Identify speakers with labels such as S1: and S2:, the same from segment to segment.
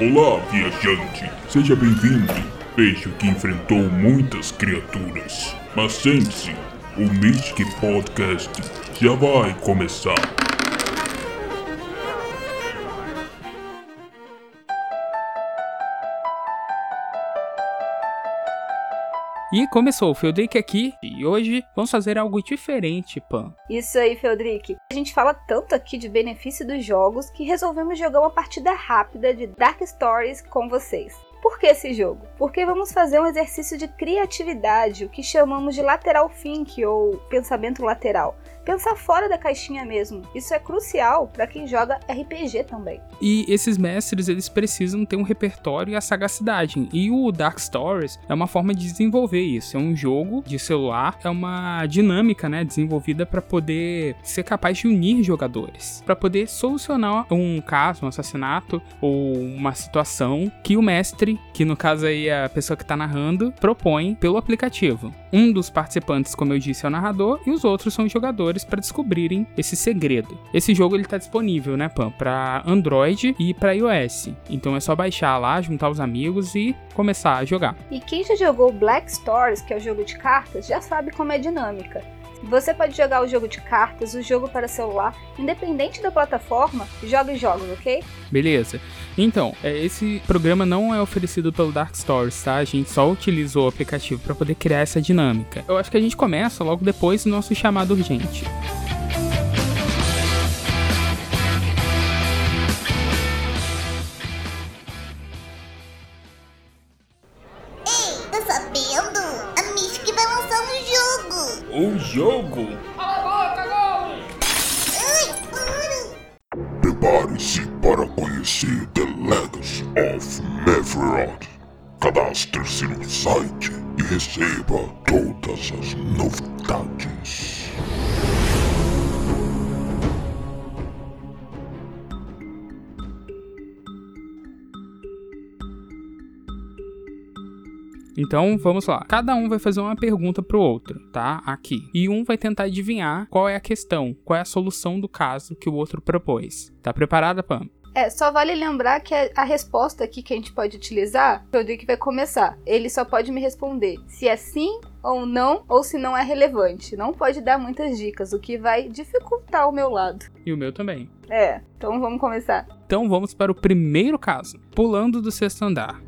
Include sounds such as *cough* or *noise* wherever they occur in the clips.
S1: Olá, viajante. Seja bem-vindo. Vejo que enfrentou muitas criaturas. Mas sente-se, o Mystic Podcast já vai começar.
S2: E começou o Feldrick aqui, e hoje vamos fazer algo diferente, Pan.
S3: Isso aí, Feldrick. A gente fala tanto aqui de benefício dos jogos que resolvemos jogar uma partida rápida de Dark Stories com vocês. Por que esse jogo? Porque vamos fazer um exercício de criatividade, o que chamamos de lateral think ou pensamento lateral. Pensar fora da caixinha mesmo. Isso é crucial para quem joga RPG também.
S2: E esses mestres, eles precisam ter um repertório e a sagacidade. E o Dark Stories é uma forma de desenvolver isso. É um jogo de celular, é uma dinâmica, né, desenvolvida para poder ser capaz de unir jogadores, para poder solucionar um caso, um assassinato ou uma situação que o mestre, que no caso aí é a pessoa que está narrando, propõe pelo aplicativo. Um dos participantes, como eu disse, é o narrador e os outros são os jogadores para descobrirem esse segredo. Esse jogo ele tá disponível, né, Pam, para Android e para iOS. Então é só baixar lá, juntar os amigos e começar a jogar.
S3: E quem já jogou Black Stories, que é o jogo de cartas, já sabe como é a dinâmica. Você pode jogar o jogo de cartas, o jogo para celular, independente da plataforma, joga e joga, ok?
S2: Beleza. Então, esse programa não é oferecido pelo Dark Stories, tá? A gente só utilizou o aplicativo para poder criar essa dinâmica. Eu acho que a gente começa logo depois do nosso chamado urgente.
S1: Um jogo? Prepare-se para conhecer The Legacy of Neverod. Cadastre-se no site e receba todas as novidades.
S2: Então vamos lá. Cada um vai fazer uma pergunta pro outro, tá? Aqui. E um vai tentar adivinhar qual é a questão, qual é a solução do caso que o outro propôs. Tá preparada, Pam?
S3: É, só vale lembrar que é a resposta aqui que a gente pode utilizar, o que vai começar. Ele só pode me responder se é sim ou não, ou se não é relevante. Não pode dar muitas dicas, o que vai dificultar o meu lado.
S2: E o meu também.
S3: É, então vamos começar.
S2: Então vamos para o primeiro caso: pulando do sexto andar.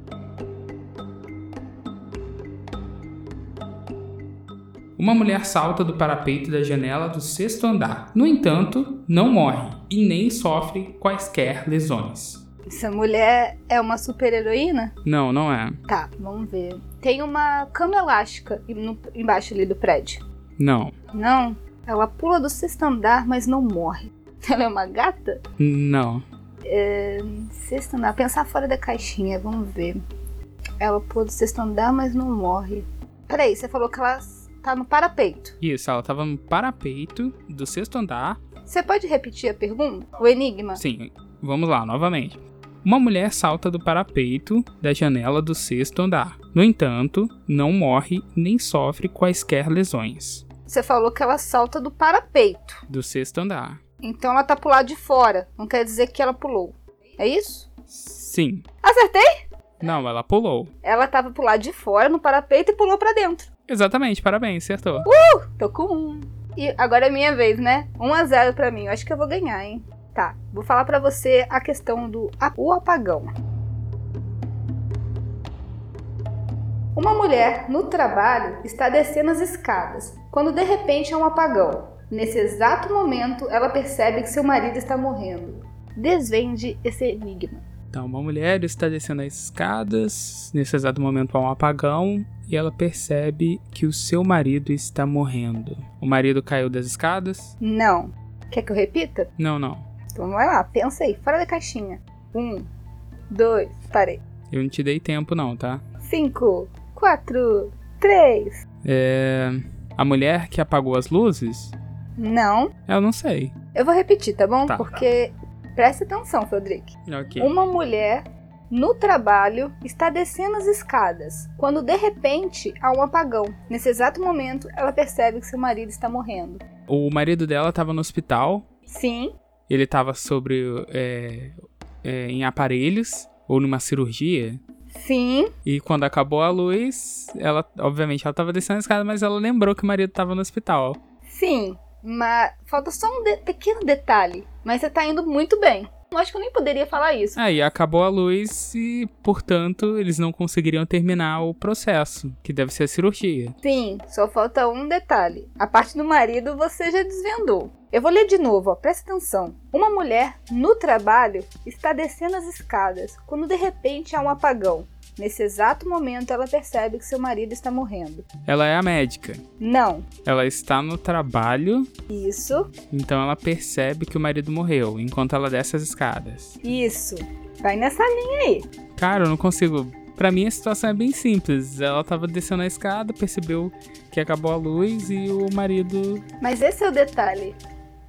S2: Uma mulher salta do parapeito da janela do sexto andar. No entanto, não morre e nem sofre quaisquer lesões.
S3: Essa mulher é uma super-heroína?
S2: Não, não é.
S3: Tá, vamos ver. Tem uma cama elástica embaixo ali do prédio.
S2: Não.
S3: Não? Ela pula do sexto andar, mas não morre. *laughs* Ela é uma gata?
S2: Não.
S3: É, sexto andar, pensar fora da caixinha, vamos ver. Ela pula do sexto andar, mas não morre. Peraí, você falou que ela tá no parapeito.
S2: Isso, ela tava no parapeito do sexto andar.
S3: Você pode repetir a pergunta? O enigma?
S2: Sim, vamos lá novamente. Uma mulher salta do parapeito da janela do sexto andar. No entanto, não morre nem sofre quaisquer lesões.
S3: Você falou que ela salta do parapeito.
S2: Do sexto andar.
S3: Então ela tá pro lado de fora. Não quer dizer que ela pulou. É isso?
S2: Sim.
S3: Acertei?
S2: Não, ela pulou.
S3: Ela tava pro lado de fora no parapeito e pulou para dentro.
S2: Exatamente, parabéns, acertou.
S3: Uh! Tô com um. E agora é minha vez, né? 1 um a 0 pra mim. Eu acho que eu vou ganhar, hein? Tá, vou falar para você a questão do o apagão. Uma mulher no trabalho está descendo as escadas, quando de repente há é um apagão. Nesse exato momento, ela percebe que seu marido está morrendo. Desvende esse enigma.
S2: Então, uma mulher está descendo as escadas, nesse exato momento há um apagão, e ela percebe que o seu marido está morrendo. O marido caiu das escadas?
S3: Não. Quer que eu repita?
S2: Não, não.
S3: Então vai lá, pensa aí, fora da caixinha. Um, dois, parei.
S2: Eu não te dei tempo, não, tá?
S3: Cinco, quatro, três.
S2: É. A mulher que apagou as luzes?
S3: Não.
S2: Eu não sei.
S3: Eu vou repetir, tá bom?
S2: Tá,
S3: Porque. Tá. Presta atenção, Frederic.
S2: Okay.
S3: Uma mulher no trabalho, está descendo as escadas, quando de repente há um apagão. Nesse exato momento, ela percebe que seu marido está morrendo.
S2: O marido dela estava no hospital.
S3: Sim.
S2: Ele estava sobre. É, é, em aparelhos. ou numa cirurgia.
S3: Sim,
S2: E quando acabou a luz, ela, obviamente, ela tava descendo a escada, mas ela lembrou que o marido tava no hospital.
S3: sim. Mas falta só um de- pequeno detalhe. Mas você tá indo muito bem. Eu acho que eu nem poderia falar isso.
S2: Aí acabou a luz e, portanto, eles não conseguiriam terminar o processo, que deve ser a cirurgia.
S3: Sim, só falta um detalhe. A parte do marido você já desvendou. Eu vou ler de novo, ó, presta atenção. Uma mulher no trabalho está descendo as escadas quando de repente há um apagão. Nesse exato momento ela percebe que seu marido está morrendo.
S2: Ela é a médica.
S3: Não,
S2: Ela está no trabalho,
S3: isso,
S2: então ela percebe que o marido morreu enquanto ela desce as escadas.
S3: isso. Vai nessa linha aí.
S2: Cara, eu não consigo. Pra mim a situação é bem simples. Ela tava descendo a escada, percebeu que acabou a luz e o marido.
S3: Mas esse é o detalhe.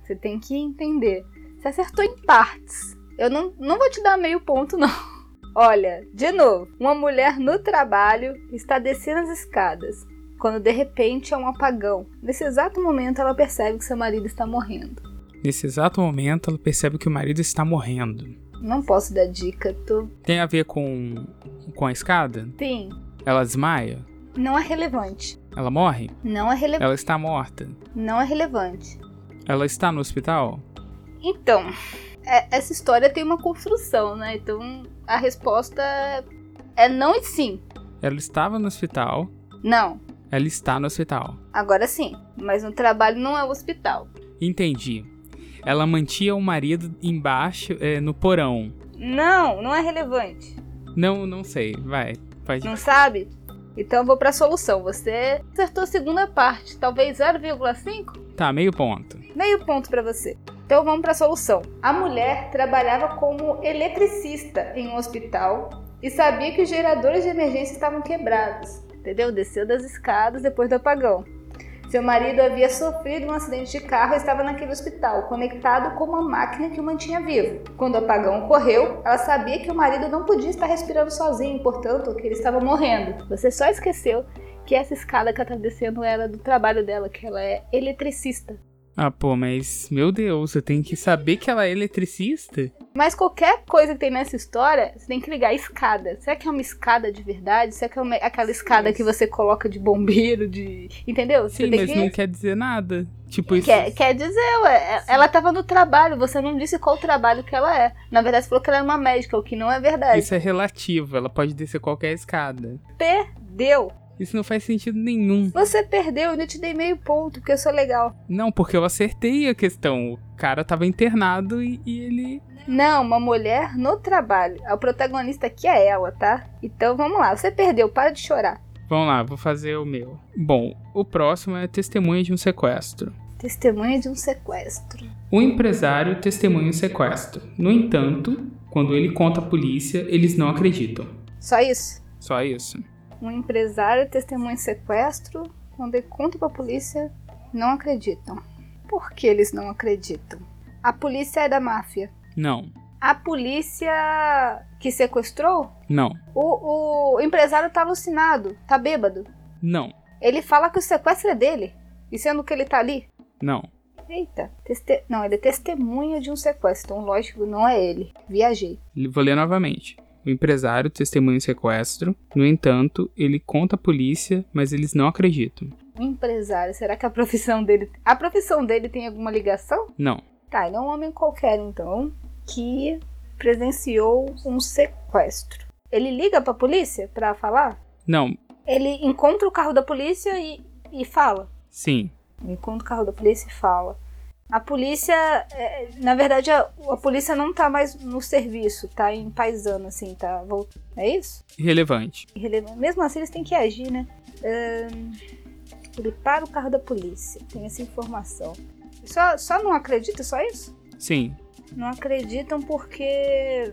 S3: Você tem que entender. Você acertou em partes. Eu não, não vou te dar meio ponto, não. *laughs* Olha, de novo, uma mulher no trabalho está descendo as escadas. Quando de repente há um apagão. Nesse exato momento ela percebe que seu marido está morrendo.
S2: Nesse exato momento, ela percebe que o marido está morrendo.
S3: Não posso dar dica, tô.
S2: Tem a ver com. com a escada?
S3: Sim,
S2: Ela desmaia?
S3: não é relevante.
S2: Ela morre?
S3: Não é, rele...
S2: Ela está morta?
S3: não é relevante.
S2: Ela está no hospital?
S3: Então, é- essa história tem uma construção, né? Então a resposta é não e sim.
S2: Ela estava no hospital.
S3: Não,
S2: Ela está no hospital.
S3: Agora sim, mas no trabalho não é o hospital.
S2: Entendi. Ela mantinha o marido embaixo, eh, no porão.
S3: Não, não é relevante.
S2: Não, não sei. Vai. Vai.
S3: Não sabe? Então eu vou pra solução. Você acertou a segunda parte, talvez 0,5?
S2: Tá, meio ponto.
S3: Meio ponto pra você. Então vamos pra solução. A mulher trabalhava como eletricista em um hospital e sabia que os geradores de emergência estavam quebrados. Entendeu? Desceu das escadas depois do apagão. Seu marido havia sofrido um acidente de carro e estava naquele hospital, conectado com uma máquina que o mantinha vivo. Quando o apagão ocorreu, ela sabia que o marido não podia estar respirando sozinho, portanto, que ele estava morrendo. Você só esqueceu que essa escada que ela está descendo era do trabalho dela, que ela é eletricista.
S2: Ah, pô, mas. Meu Deus, eu tenho que saber que ela é eletricista?
S3: Mas qualquer coisa que tem nessa história, você tem que ligar a escada. Será que é uma escada de verdade? Será que é uma- aquela escada que você coloca de bombeiro, de... Entendeu? Você
S2: Sim,
S3: tem
S2: mas
S3: que- é-
S2: não quer dizer nada. Tipo, isso.
S3: Quer, quer dizer, ué, é, ela tava no trabalho, você não disse qual trabalho que ela é. Na verdade, você falou que ela é uma médica, o que não é verdade.
S2: Isso é relativo. Ela pode descer qualquer escada.
S3: Perdeu.
S2: Isso não faz sentido nenhum.
S3: Você perdeu, eu ainda te dei meio ponto, porque eu sou legal.
S2: Não, porque eu acertei a questão. O cara tava internado e, e ele.
S3: Não, uma mulher no trabalho. A protagonista aqui é ela, tá? Então vamos lá, você perdeu, para de chorar.
S2: Vamos lá, vou fazer o meu. Bom, o próximo é testemunha de um sequestro.
S3: Testemunha de um sequestro.
S2: O empresário testemunha o sequestro. No entanto, quando ele conta à polícia, eles não acreditam.
S3: Só isso?
S2: Só isso.
S3: Um empresário testemunha sequestro, quando ele conta pra polícia, não acreditam. Por que eles não acreditam? A polícia é da máfia.
S2: Não,
S3: A polícia que sequestrou,
S2: não,
S3: o, o empresário tá alucinado, tá bêbado.
S2: não,
S3: Ele fala que o sequestro é dele, e sendo que ele tá ali.
S2: não.
S3: Eita, teste- não, ele é testemunha de um sequestro, então lógico, não é ele. Viajei.
S2: Vou ler novamente. O empresário testemunha o sequestro. No entanto, ele conta à polícia, mas eles não acreditam.
S3: O Um empresário, será que a profissão dele. A profissão dele tem alguma ligação?
S2: Não,
S3: Tá, ele é um homem qualquer então, que presenciou um sequestro. Ele liga pra polícia pra falar?
S2: não,
S3: Ele encontra o carro da polícia e, e fala.
S2: sim,
S3: Enquanto o carro da polícia e fala. A polícia, é, na verdade, a, a polícia não tá mais no serviço, tá em paisano, assim, tá voltando. É isso?
S2: relevante.
S3: Irrelevante. Mesmo assim, eles têm que agir, né? Ahn, ele para o carro da polícia, tem essa informação. Só, só não acredita, só isso?
S2: Sim,
S3: Não acreditam porque.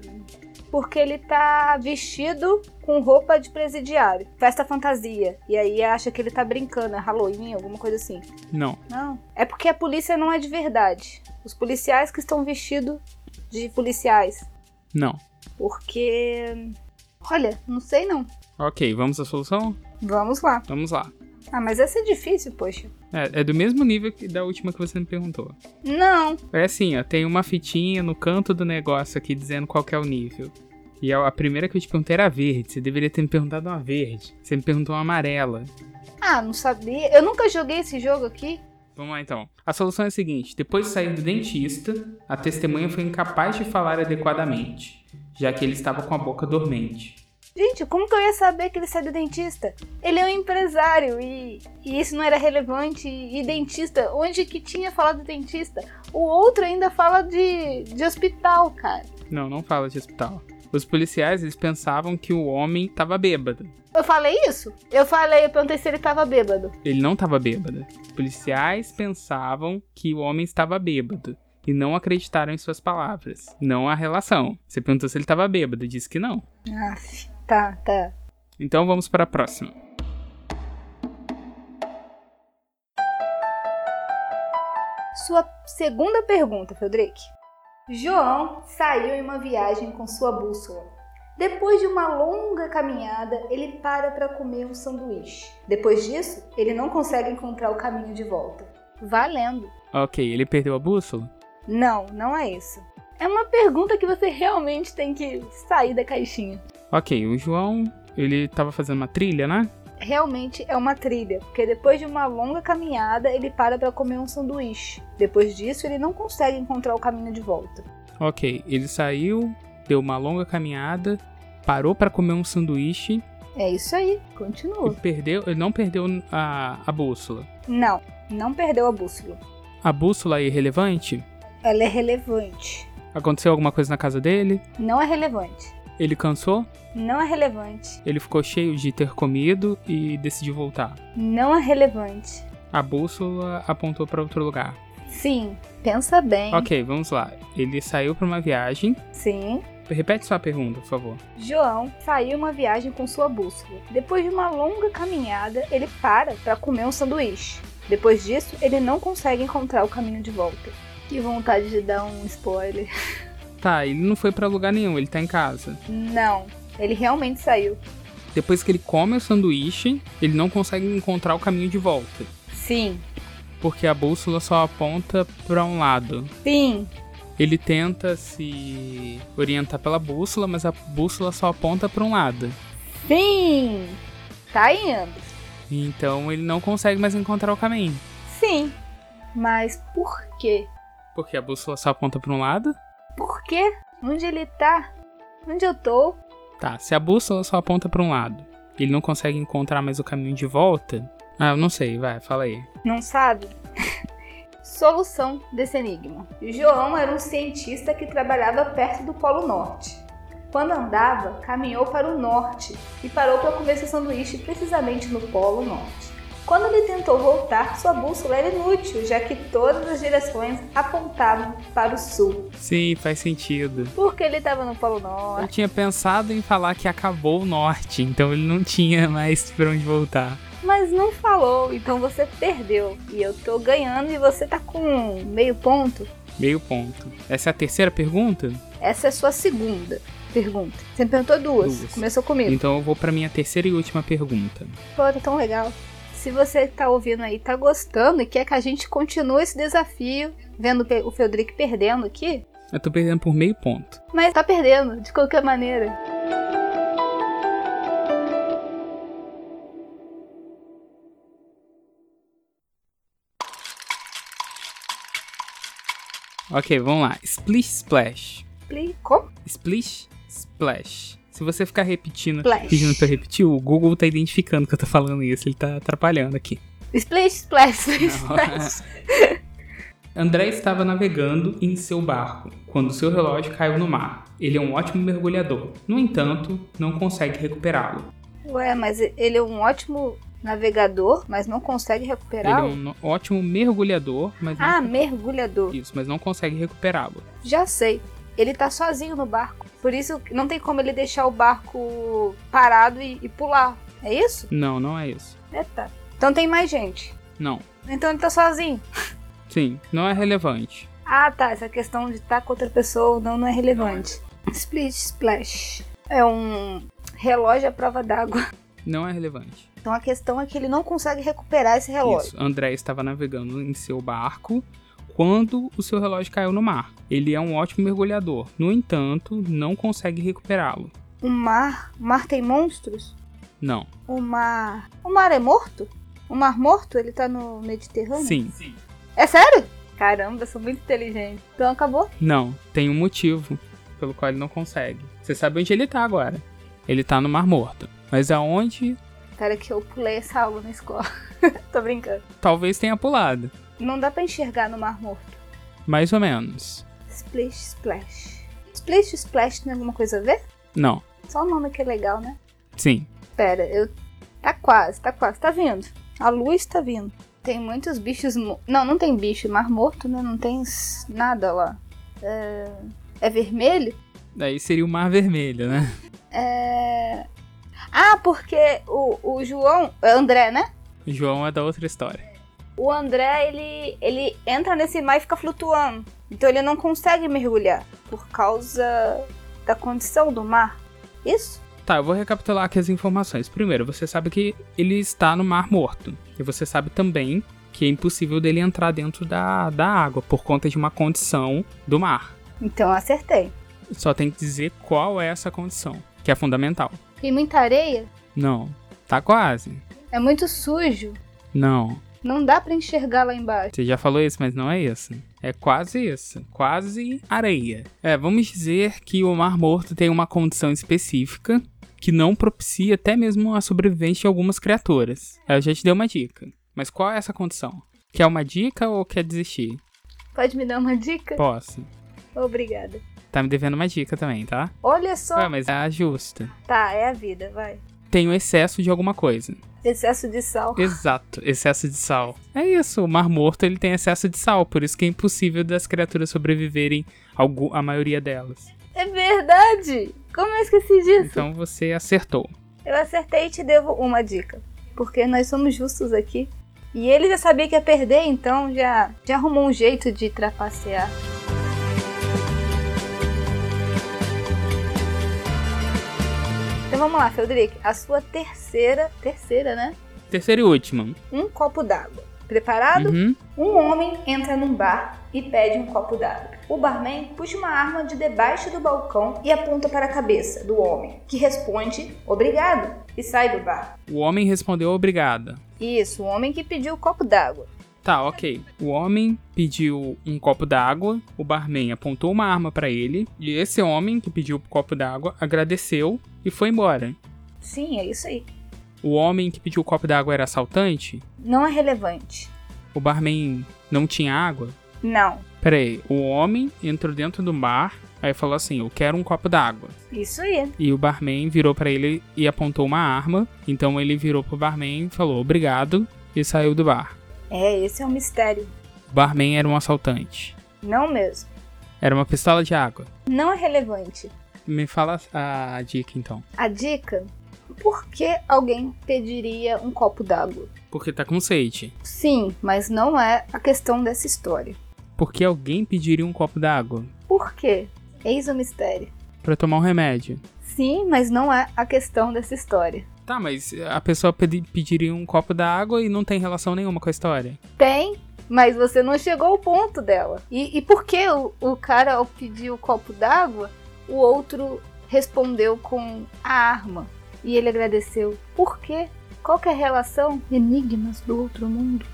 S3: Porque ele tá vestido com roupa de presidiário. Festa fantasia. E aí acha que ele tá brincando, é Halloween, alguma coisa assim.
S2: não,
S3: Não. É porque a polícia não é de verdade. Os policiais que estão vestidos de policiais.
S2: não.
S3: Porque. Olha, não sei não.
S2: Ok, vamos à solução?
S3: Vamos lá.
S2: Vamos lá.
S3: Ah, mas essa é difícil, poxa.
S2: É, é do mesmo nível que da última que você me perguntou.
S3: Não.
S2: É assim, ó, tem uma fitinha no canto do negócio aqui dizendo qual que é o nível. E a a primeira que eu te perguntei era a verde. Você deveria ter me perguntado uma verde. Você me perguntou uma amarela.
S3: Ah, não sabia. Eu nunca joguei esse jogo aqui.
S2: Vamos lá então. A solução é a seguinte: depois de sair do dentista, a testemunha foi incapaz de falar adequadamente, já que ele estava com a boca dormente.
S3: Gente, como que eu ia saber que ele saiu do dentista? Ele é um empresário e, e isso não era relevante. E, e dentista, onde que tinha falado dentista? O outro ainda fala de, de hospital, cara.
S2: Não, não fala de hospital. Os policiais eles pensavam que o homem estava bêbado.
S3: Eu falei isso? Eu falei, eu perguntei se ele tava bêbado.
S2: Ele não estava bêbado. Os policiais pensavam que o homem estava bêbado e não acreditaram em suas palavras, não a relação. Você perguntou se ele estava bêbado, disse que não.
S3: Ah, tá, tá.
S2: Então vamos para a próxima.
S3: Sua segunda pergunta, Frederic. João saiu em uma viagem com sua bússola. Depois de uma longa caminhada, ele para para comer um sanduíche. Depois disso, ele não consegue encontrar o caminho de volta. Valendo.
S2: Ok, ele perdeu a bússola?
S3: Não, não é isso. É uma pergunta que você realmente tem que sair da caixinha.
S2: Ok, o João, ele estava fazendo uma trilha, né?
S3: Realmente é uma trilha, porque depois de uma longa caminhada, ele para para comer um sanduíche. Depois disso, ele não consegue encontrar o caminho de volta.
S2: Ok, ele saiu, deu uma longa caminhada, parou para comer um sanduíche
S3: É isso aí,
S2: e
S3: continua.
S2: perdeu. Ele não perdeu a, a bússola.
S3: Não, não perdeu a bússola.
S2: A bússola é irrelevante?
S3: Ela é relevante.
S2: Aconteceu alguma coisa na casa dele?
S3: Não é relevante.
S2: Ele cansou?
S3: Não é relevante.
S2: Ele ficou cheio de ter comido e decidiu voltar.
S3: Não é relevante.
S2: A bússola apontou para outro lugar.
S3: Sim, pensa bem.
S2: Ok, vamos lá. Ele saiu para uma viagem.
S3: Sim.
S2: Repete sua pergunta, por favor.
S3: João saiu em uma viagem com sua bússola. Depois de uma longa caminhada, ele para para comer um sanduíche. Depois disso, ele não consegue encontrar o caminho de volta. Que vontade de dar um spoiler.
S2: Tá, ele não foi para lugar nenhum, ele tá em casa.
S3: Não, ele realmente saiu.
S2: Depois que ele come o sanduíche, ele não consegue encontrar o caminho de volta,
S3: Sim,
S2: porque a bússola só aponta para um lado.
S3: sim,
S2: Ele tenta se orientar pela bússola, mas a bússola só aponta para um lado.
S3: sim. Tá indo.
S2: Então ele não consegue mais encontrar o caminho,
S3: Sim. Mas por quê?
S2: porque a bússola só aponta para um lado.
S3: Por quê? Onde ele tá? Onde eu tô?
S2: Tá, se a bússola só aponta para um lado, ele não consegue encontrar mais o caminho de volta? Ah, eu não sei, vai, fala aí.
S3: Não sabe? *laughs* Solução desse enigma. João era um cientista que trabalhava perto do Polo Norte. Quando andava, caminhou para o norte e parou para comer seu sanduíche precisamente no Polo Norte. Quando ele tentou voltar, sua bússola era inútil, já que todas as direções apontavam para o sul.
S2: Sim, faz sentido.
S3: Porque ele estava no Polo Norte.
S2: Eu tinha pensado em falar que acabou o norte, então ele não tinha mais pra onde voltar.
S3: Mas não falou, então você perdeu. E eu tô ganhando e você tá com meio ponto.
S2: Meio ponto. Essa é a terceira pergunta?
S3: Essa é a sua segunda pergunta. Você me perguntou duas.
S2: Duas.
S3: Começou comigo.
S2: Então eu vou pra minha terceira e última pergunta.
S3: Pô, tá tão legal. Se você tá ouvindo aí, tá gostando e quer que a gente continue esse desafio, vendo o Feldrick perdendo aqui,
S2: Eu tô perdendo por meio ponto.
S3: mas tá perdendo, de qualquer maneira.
S2: Ok, vamos lá. Splish Splash.
S3: Pli- Como?
S2: Splish Splash. Se você ficar repetindo,
S3: Splash.
S2: pedindo pra eu repetir, o Google tá identificando que eu tô falando isso, ele tá atrapalhando aqui.
S3: Splash, splash, splash, splash.
S2: André estava navegando em seu barco quando seu relógio caiu no mar. Ele é um ótimo mergulhador, no entanto, não consegue recuperá-lo.
S3: Ué, mas ele é um ótimo navegador, mas não consegue
S2: Ele é
S3: recuperar?
S2: um no- ótimo mergulhador, mas não,
S3: Ah, mergulhador.
S2: isso, mas não consegue recuperá-lo.
S3: Já sei. Ele tá sozinho no barco. Por isso não tem como ele deixar o barco parado e, e pular. É isso?
S2: Não, não é isso.
S3: Eita. Então tem mais gente.
S2: Não.
S3: Então ele tá sozinho.
S2: Sim, não é relevante.
S3: Ah, tá. Essa questão de estar com outra pessoa ou não não é relevante. Split Splash. É um relógio à prova d'água.
S2: Não é relevante.
S3: Então a questão é que ele não consegue recuperar esse relógio.
S2: Isso. André estava navegando em seu barco quando o seu relógio caiu no mar. Ele é um ótimo mergulhador, no entanto, não consegue recuperá-lo.
S3: O mar. O mar tem monstros?
S2: Não.
S3: O mar. O mar é morto? O mar morto? Ele tá no Mediterrâneo?
S2: Sim.
S3: É sério? Caramba, eu sou muito inteligente. Então acabou?
S2: Não. Tem um motivo pelo qual ele não consegue. Você sabe onde ele tá agora. Ele tá no Mar Morto. Mas aonde
S3: Cara, que eu pulei essa aula na escola. *laughs* Tô brincando.
S2: talvez tenha pulado.
S3: Não dá pra enxergar no mar morto.
S2: Mais ou menos.
S3: Splish Splash. Splish Splash tem alguma coisa a ver?
S2: Não.
S3: Só o nome que é legal, né?
S2: Sim.
S3: Pera, eu. Tá quase, tá quase. Tá vindo. A luz tá vindo. Tem muitos bichos. mo- Não, não tem bicho. Mar morto, né? Não tem s- nada lá. É, é vermelho?
S2: Daí seria o Mar Vermelho, né? *laughs*
S3: É. Ah, porque o, o João. é André, né?
S2: O João é da outra história.
S3: O André, ele, ele entra nesse mar e fica flutuando. Então ele não consegue mergulhar por causa da condição do mar. Isso?
S2: Tá, eu vou recapitular aqui as informações. Primeiro, você sabe que ele está no Mar Morto. E você sabe também que é impossível dele entrar dentro da, da água por conta de uma condição do mar.
S3: Então eu acertei.
S2: Só tem que dizer qual é essa condição, que é fundamental.
S3: Tem muita areia?
S2: Não. Tá quase.
S3: É muito sujo.
S2: Não.
S3: Não dá pra enxergar lá embaixo.
S2: Você já falou isso, mas não é isso. É quase isso. Quase areia. É, vamos dizer que o Mar Morto tem uma condição específica que não propicia até mesmo a sobrevivência de algumas criaturas. Eu já te dei uma dica. Mas qual é essa condição? Quer uma dica ou quer desistir?
S3: Pode me dar uma dica?
S2: Posso.
S3: Obrigada.
S2: Tá me devendo uma dica também, tá?
S3: Olha só.
S2: Ué, mas é a justa.
S3: Tá, é a vida, vai.
S2: Tem o excesso de alguma coisa.
S3: Excesso de sal.
S2: Exato, excesso de sal. É isso, o Mar Morto ele tem excesso de sal, por isso que é impossível das criaturas sobreviverem, algu- a maioria delas.
S3: É verdade! Como eu esqueci disso?
S2: Então você acertou.
S3: Eu acertei e te devo uma dica. Porque nós somos justos aqui. E ele já sabia que ia perder, então já, já arrumou um jeito de trapacear. Então vamos lá, Feldrick. A sua terceira, terceira, né?
S2: Terceiro e último.
S3: Um copo d'água. Preparado?
S2: Uhum.
S3: Um homem entra num bar e pede um copo d'água. O barman puxa uma arma de debaixo do balcão e aponta para a cabeça do homem, que responde obrigado e sai do bar.
S2: O homem respondeu obrigada.
S3: Isso, o homem que pediu o copo d'água.
S2: Tá, ok. O homem pediu um copo d'água, o barman apontou uma arma pra ele, e esse homem que pediu o copo d'água agradeceu e foi embora.
S3: Sim, é isso aí.
S2: O homem que pediu o copo d'água era assaltante?
S3: Não é relevante.
S2: O barman não tinha água?
S3: Não,
S2: Peraí, o homem entrou dentro do bar, aí falou assim: Eu quero um copo d'água.
S3: isso aí.
S2: E o barman virou pra ele e apontou uma arma. Então ele virou pro barman e falou: Obrigado, e saiu do bar.
S3: É, esse é um mistério.
S2: O barman era um assaltante.
S3: Não mesmo.
S2: Era uma pistola de água.
S3: Não é relevante.
S2: Me fala a dica então.
S3: A dica: por que alguém pediria um copo d'água?
S2: Porque tá com sede.
S3: Sim, mas não é a questão dessa história.
S2: Porque alguém pediria um copo d'água
S3: Por quê? Eis o mistério.
S2: pra tomar um remédio.
S3: Sim, mas não é a questão dessa história.
S2: Tá, mas a pessoa pedi- pediria um copo d'água e não tem relação nenhuma com a história.
S3: Tem, mas você não chegou ao ponto dela. E, e por que o, o cara, ao pedir o copo d'água, o outro respondeu com a arma? E ele agradeceu. Por quê? Qual que é a relação? Enigmas do outro mundo.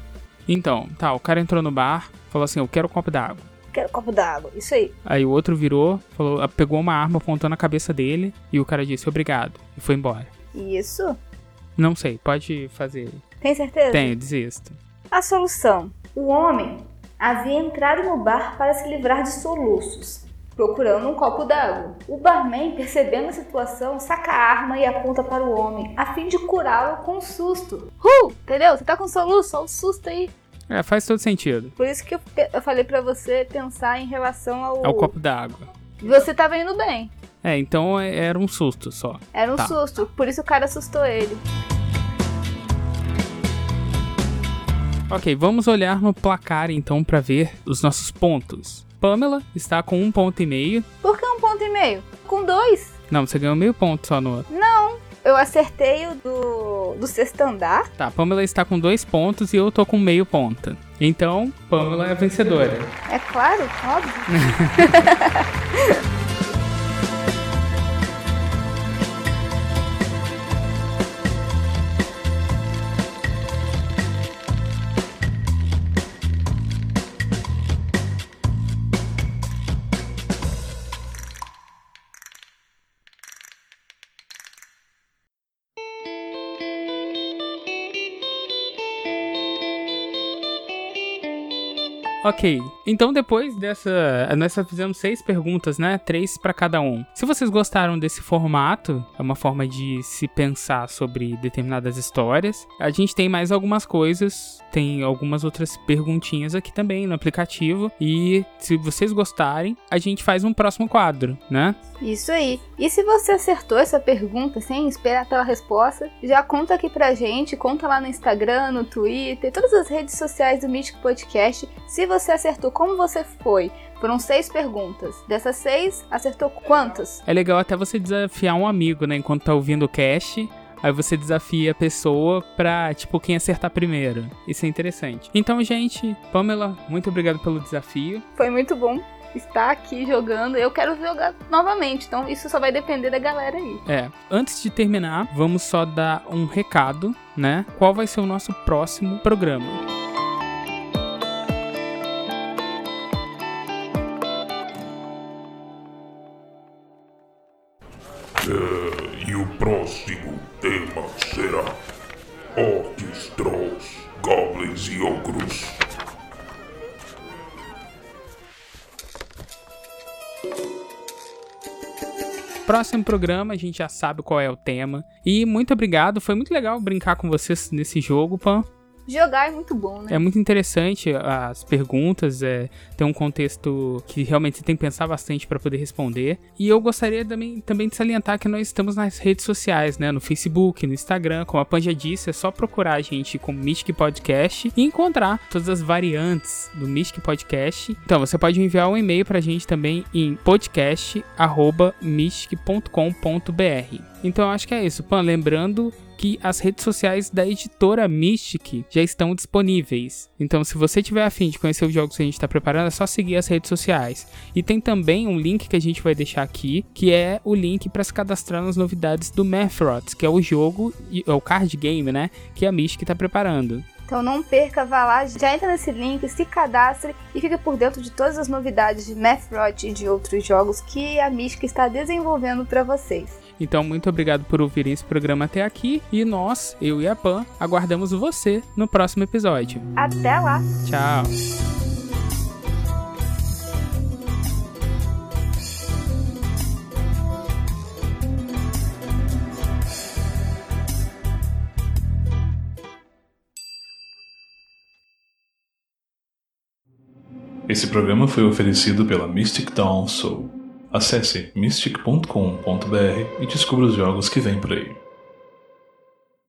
S2: Então, tá, o cara entrou no bar, falou assim: Eu quero um copo d'água.
S3: Quero copo d'água. Isso aí.
S2: Aí o outro virou, falou, pegou uma arma, apontou na cabeça dele e o cara disse obrigado e foi embora.
S3: Isso?
S2: Não sei, pode fazer.
S3: Tem certeza?
S2: Tenho, desisto.
S3: A solução. O homem havia entrado no bar para se livrar de soluços, procurando um copo d'água. O barman, percebendo a situação, saca a arma e aponta para o homem, a fim de curá-lo com um susto. Uh, entendeu? Você tá com soluço, olha o susto aí.
S2: É, faz todo sentido.
S3: Por isso que eu, pe- eu falei para você pensar em relação ao...
S2: É o copo d'água.
S3: Você tava indo bem.
S2: É, então é- era um susto só.
S3: Era um
S2: Tá.
S3: susto, por isso o cara assustou ele.
S2: Ok, vamos olhar no placar então pra ver os nossos pontos. Pamela está com um ponto e meio.
S3: Por que um ponto e meio? Com dois.
S2: Não, você ganhou meio ponto só no outro.
S3: Eu acertei o do do, do sexto andar.
S2: Tá, Pamela está com dois pontos e eu tô com meio ponta. Então, Pamela é a vencedora.
S3: É claro, óbvio.
S2: Ok, então depois dessa. Nós só fizemos seis perguntas, né? Três pra cada um. Se vocês gostaram desse formato, é uma forma de se pensar sobre determinadas histórias. A gente tem mais algumas coisas, tem algumas outras perguntinhas aqui também no aplicativo. E se vocês gostarem, a gente faz um próximo quadro, né?
S3: Isso aí. E se você acertou essa pergunta sem esperar pela resposta, já conta aqui pra gente, conta lá no Instagram, no Twitter, todas as redes sociais do Mítico Podcast. Se você acertou, como você foi? Foram seis perguntas. Dessas seis, acertou quantas?
S2: É legal até você desafiar um amigo, né? Enquanto tá ouvindo o cast. Aí você desafia a pessoa pra, tipo, quem acertar primeiro. Isso é interessante. Então, gente, Pamela, muito obrigado pelo desafio.
S3: Foi muito bom estar aqui jogando. Eu quero jogar novamente, então isso só vai depender da galera aí.
S2: É, antes de terminar, vamos só dar um recado, né? Qual vai ser o nosso próximo programa?
S1: E o próximo tema será Orcs, Trolls, Goblins e Ogros.
S2: Próximo programa, a gente já sabe qual é o tema. E muito obrigado, foi muito legal brincar com vocês nesse jogo, Pan.
S3: Jogar é muito bom, né?
S2: É muito interessante as perguntas, é, tem um contexto que realmente você tem que pensar bastante para poder responder. E eu gostaria também, também de salientar que nós estamos nas redes sociais, né? No Facebook, no Instagram, como a Pan já disse, é só procurar a gente com Mystic Podcast e encontrar todas as variantes do Mystic Podcast. Então, você pode enviar um e-mail pra gente também em podcast@mystic.com.br. Então, eu acho que é isso. Pan, lembrando que as redes sociais da editora Mystic já estão disponíveis. Então, se você tiver afim de conhecer os jogos que a gente está preparando, é só seguir as redes sociais. E tem também um link que a gente vai deixar aqui, que é o link para se cadastrar nas novidades do Mathrods, que é o jogo, é o card game, né? Que a Mystic está preparando.
S3: Então não perca, vá lá, já entra nesse link, se cadastre e fica por dentro de todas as novidades de Mathrot e de outros jogos que a Mystic está desenvolvendo para vocês.
S2: Então, muito obrigado por ouvirem esse programa até aqui. E nós, eu e a Pan, aguardamos você no próximo episódio.
S3: Até lá!
S2: Tchau!
S4: Esse programa foi oferecido pela Mystic Dawn Soul. Acesse mystic.com.br e descubra os jogos que vem por aí.